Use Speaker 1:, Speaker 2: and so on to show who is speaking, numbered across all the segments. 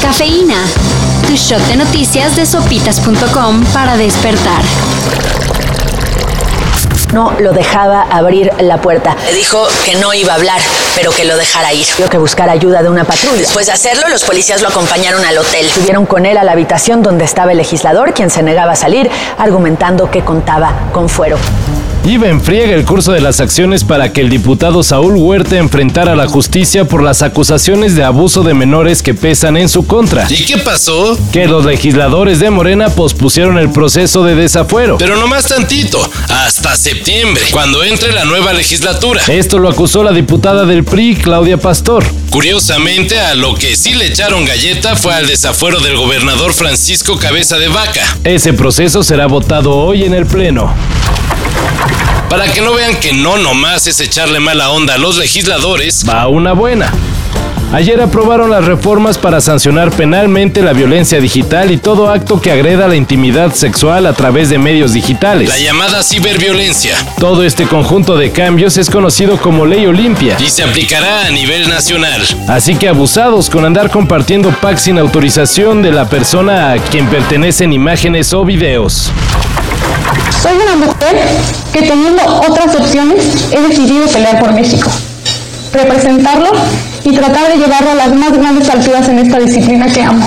Speaker 1: Cafeína. Tu shot de noticias de sopitas.com para despertar.
Speaker 2: No lo dejaba abrir la puerta.
Speaker 3: Le dijo que no iba a hablar, pero que lo dejara ir.
Speaker 2: Tuvo que buscar ayuda de una patrulla.
Speaker 3: Después de hacerlo, los policías lo acompañaron al hotel.
Speaker 2: Subieron con él a la habitación donde estaba el legislador, quien se negaba a salir, argumentando que contaba con fuero.
Speaker 4: Iba en friega el curso de las acciones para que el diputado Saúl Huerta enfrentara a la justicia por las acusaciones de abuso de menores que pesan en su contra.
Speaker 5: ¿Y qué pasó?
Speaker 4: Que los legisladores de Morena pospusieron el proceso de desafuero.
Speaker 5: Pero nomás tantito, hasta septiembre, cuando entre la nueva legislatura.
Speaker 4: Esto lo acusó la diputada del PRI, Claudia Pastor.
Speaker 5: Curiosamente, a lo que sí le echaron galleta fue al desafuero del gobernador Francisco Cabeza de Vaca.
Speaker 4: Ese proceso será votado hoy en el Pleno.
Speaker 5: Para que no vean que no nomás es echarle mala onda a los legisladores,
Speaker 4: va una buena. Ayer aprobaron las reformas para sancionar penalmente la violencia digital y todo acto que agreda la intimidad sexual a través de medios digitales.
Speaker 5: La llamada ciberviolencia.
Speaker 4: Todo este conjunto de cambios es conocido como Ley Olimpia
Speaker 5: y se aplicará a nivel nacional.
Speaker 4: Así que abusados con andar compartiendo packs sin autorización de la persona a quien pertenecen imágenes o videos.
Speaker 6: Soy una mujer que teniendo otras opciones he decidido pelear por México, representarlo y tratar de llevarlo a las más grandes alturas en esta disciplina que amo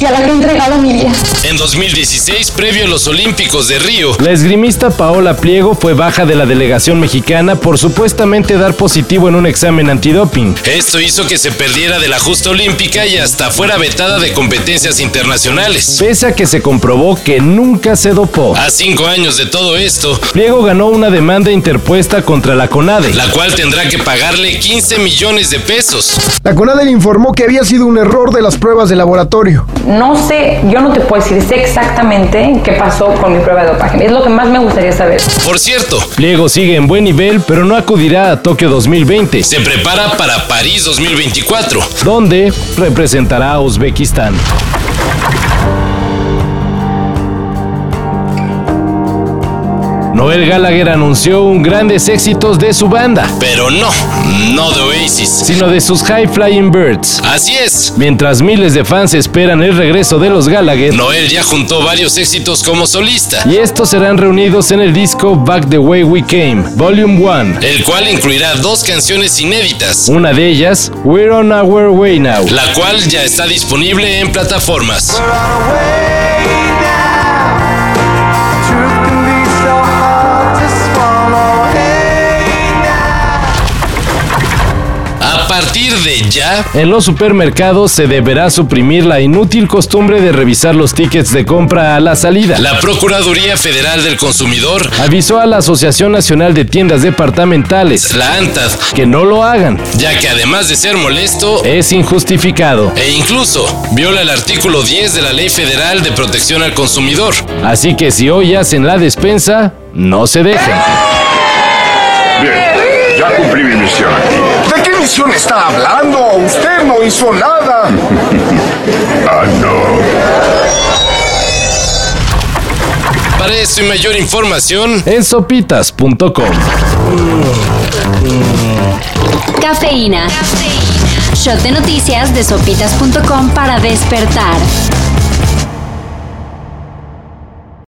Speaker 6: y a la que he entregado mi vida.
Speaker 5: En 2016, previo a los Olímpicos de Río,
Speaker 4: la esgrimista Paola Pliego fue baja de la delegación mexicana por supuestamente dar positivo en un examen antidoping.
Speaker 5: Esto hizo que se perdiera de la justa olímpica y hasta fuera vetada de competencias internacionales.
Speaker 4: Pese a que se comprobó que nunca se dopó.
Speaker 5: A cinco años de todo esto,
Speaker 4: Pliego ganó una demanda interpuesta contra la CONADE,
Speaker 5: la cual tendrá que pagarle 15 millones de pesos.
Speaker 7: La CONADE le informó que había sido un error de las pruebas de laboratorio
Speaker 8: no sé, yo no te puedo decir, sé exactamente qué pasó con mi prueba de dopaje. Es lo que más me gustaría saber.
Speaker 5: Por cierto,
Speaker 4: Pliego sigue en buen nivel, pero no acudirá a Tokio 2020.
Speaker 5: Se prepara para París 2024,
Speaker 4: donde representará a Uzbekistán. Noel Gallagher anunció un grandes éxitos de su banda.
Speaker 5: Pero no, no de Oasis.
Speaker 4: Sino de sus High Flying Birds.
Speaker 5: Así es.
Speaker 4: Mientras miles de fans esperan el regreso de los Gallagher,
Speaker 5: Noel ya juntó varios éxitos como solista.
Speaker 4: Y estos serán reunidos en el disco Back the Way We Came, Volume 1.
Speaker 5: El cual incluirá dos canciones inéditas.
Speaker 4: Una de ellas, We're on Our Way Now.
Speaker 5: La cual ya está disponible en plataformas. de ya,
Speaker 4: en los supermercados se deberá suprimir la inútil costumbre de revisar los tickets de compra a la salida.
Speaker 5: La Procuraduría Federal del Consumidor
Speaker 4: avisó a la Asociación Nacional de Tiendas Departamentales,
Speaker 5: la ANTAD,
Speaker 4: que no lo hagan,
Speaker 5: ya que además de ser molesto,
Speaker 4: es injustificado
Speaker 5: e incluso viola el artículo 10 de la Ley Federal de Protección al Consumidor.
Speaker 4: Así que si hoy hacen la despensa, no se dejen.
Speaker 9: Bien, ya cumplí mi misión aquí
Speaker 10: está hablando? Usted no hizo nada.
Speaker 9: ah, no.
Speaker 5: Para eso y mayor información
Speaker 4: en sopitas.com.
Speaker 1: Cafeína. Cafeína. Shot de noticias de sopitas.com para despertar.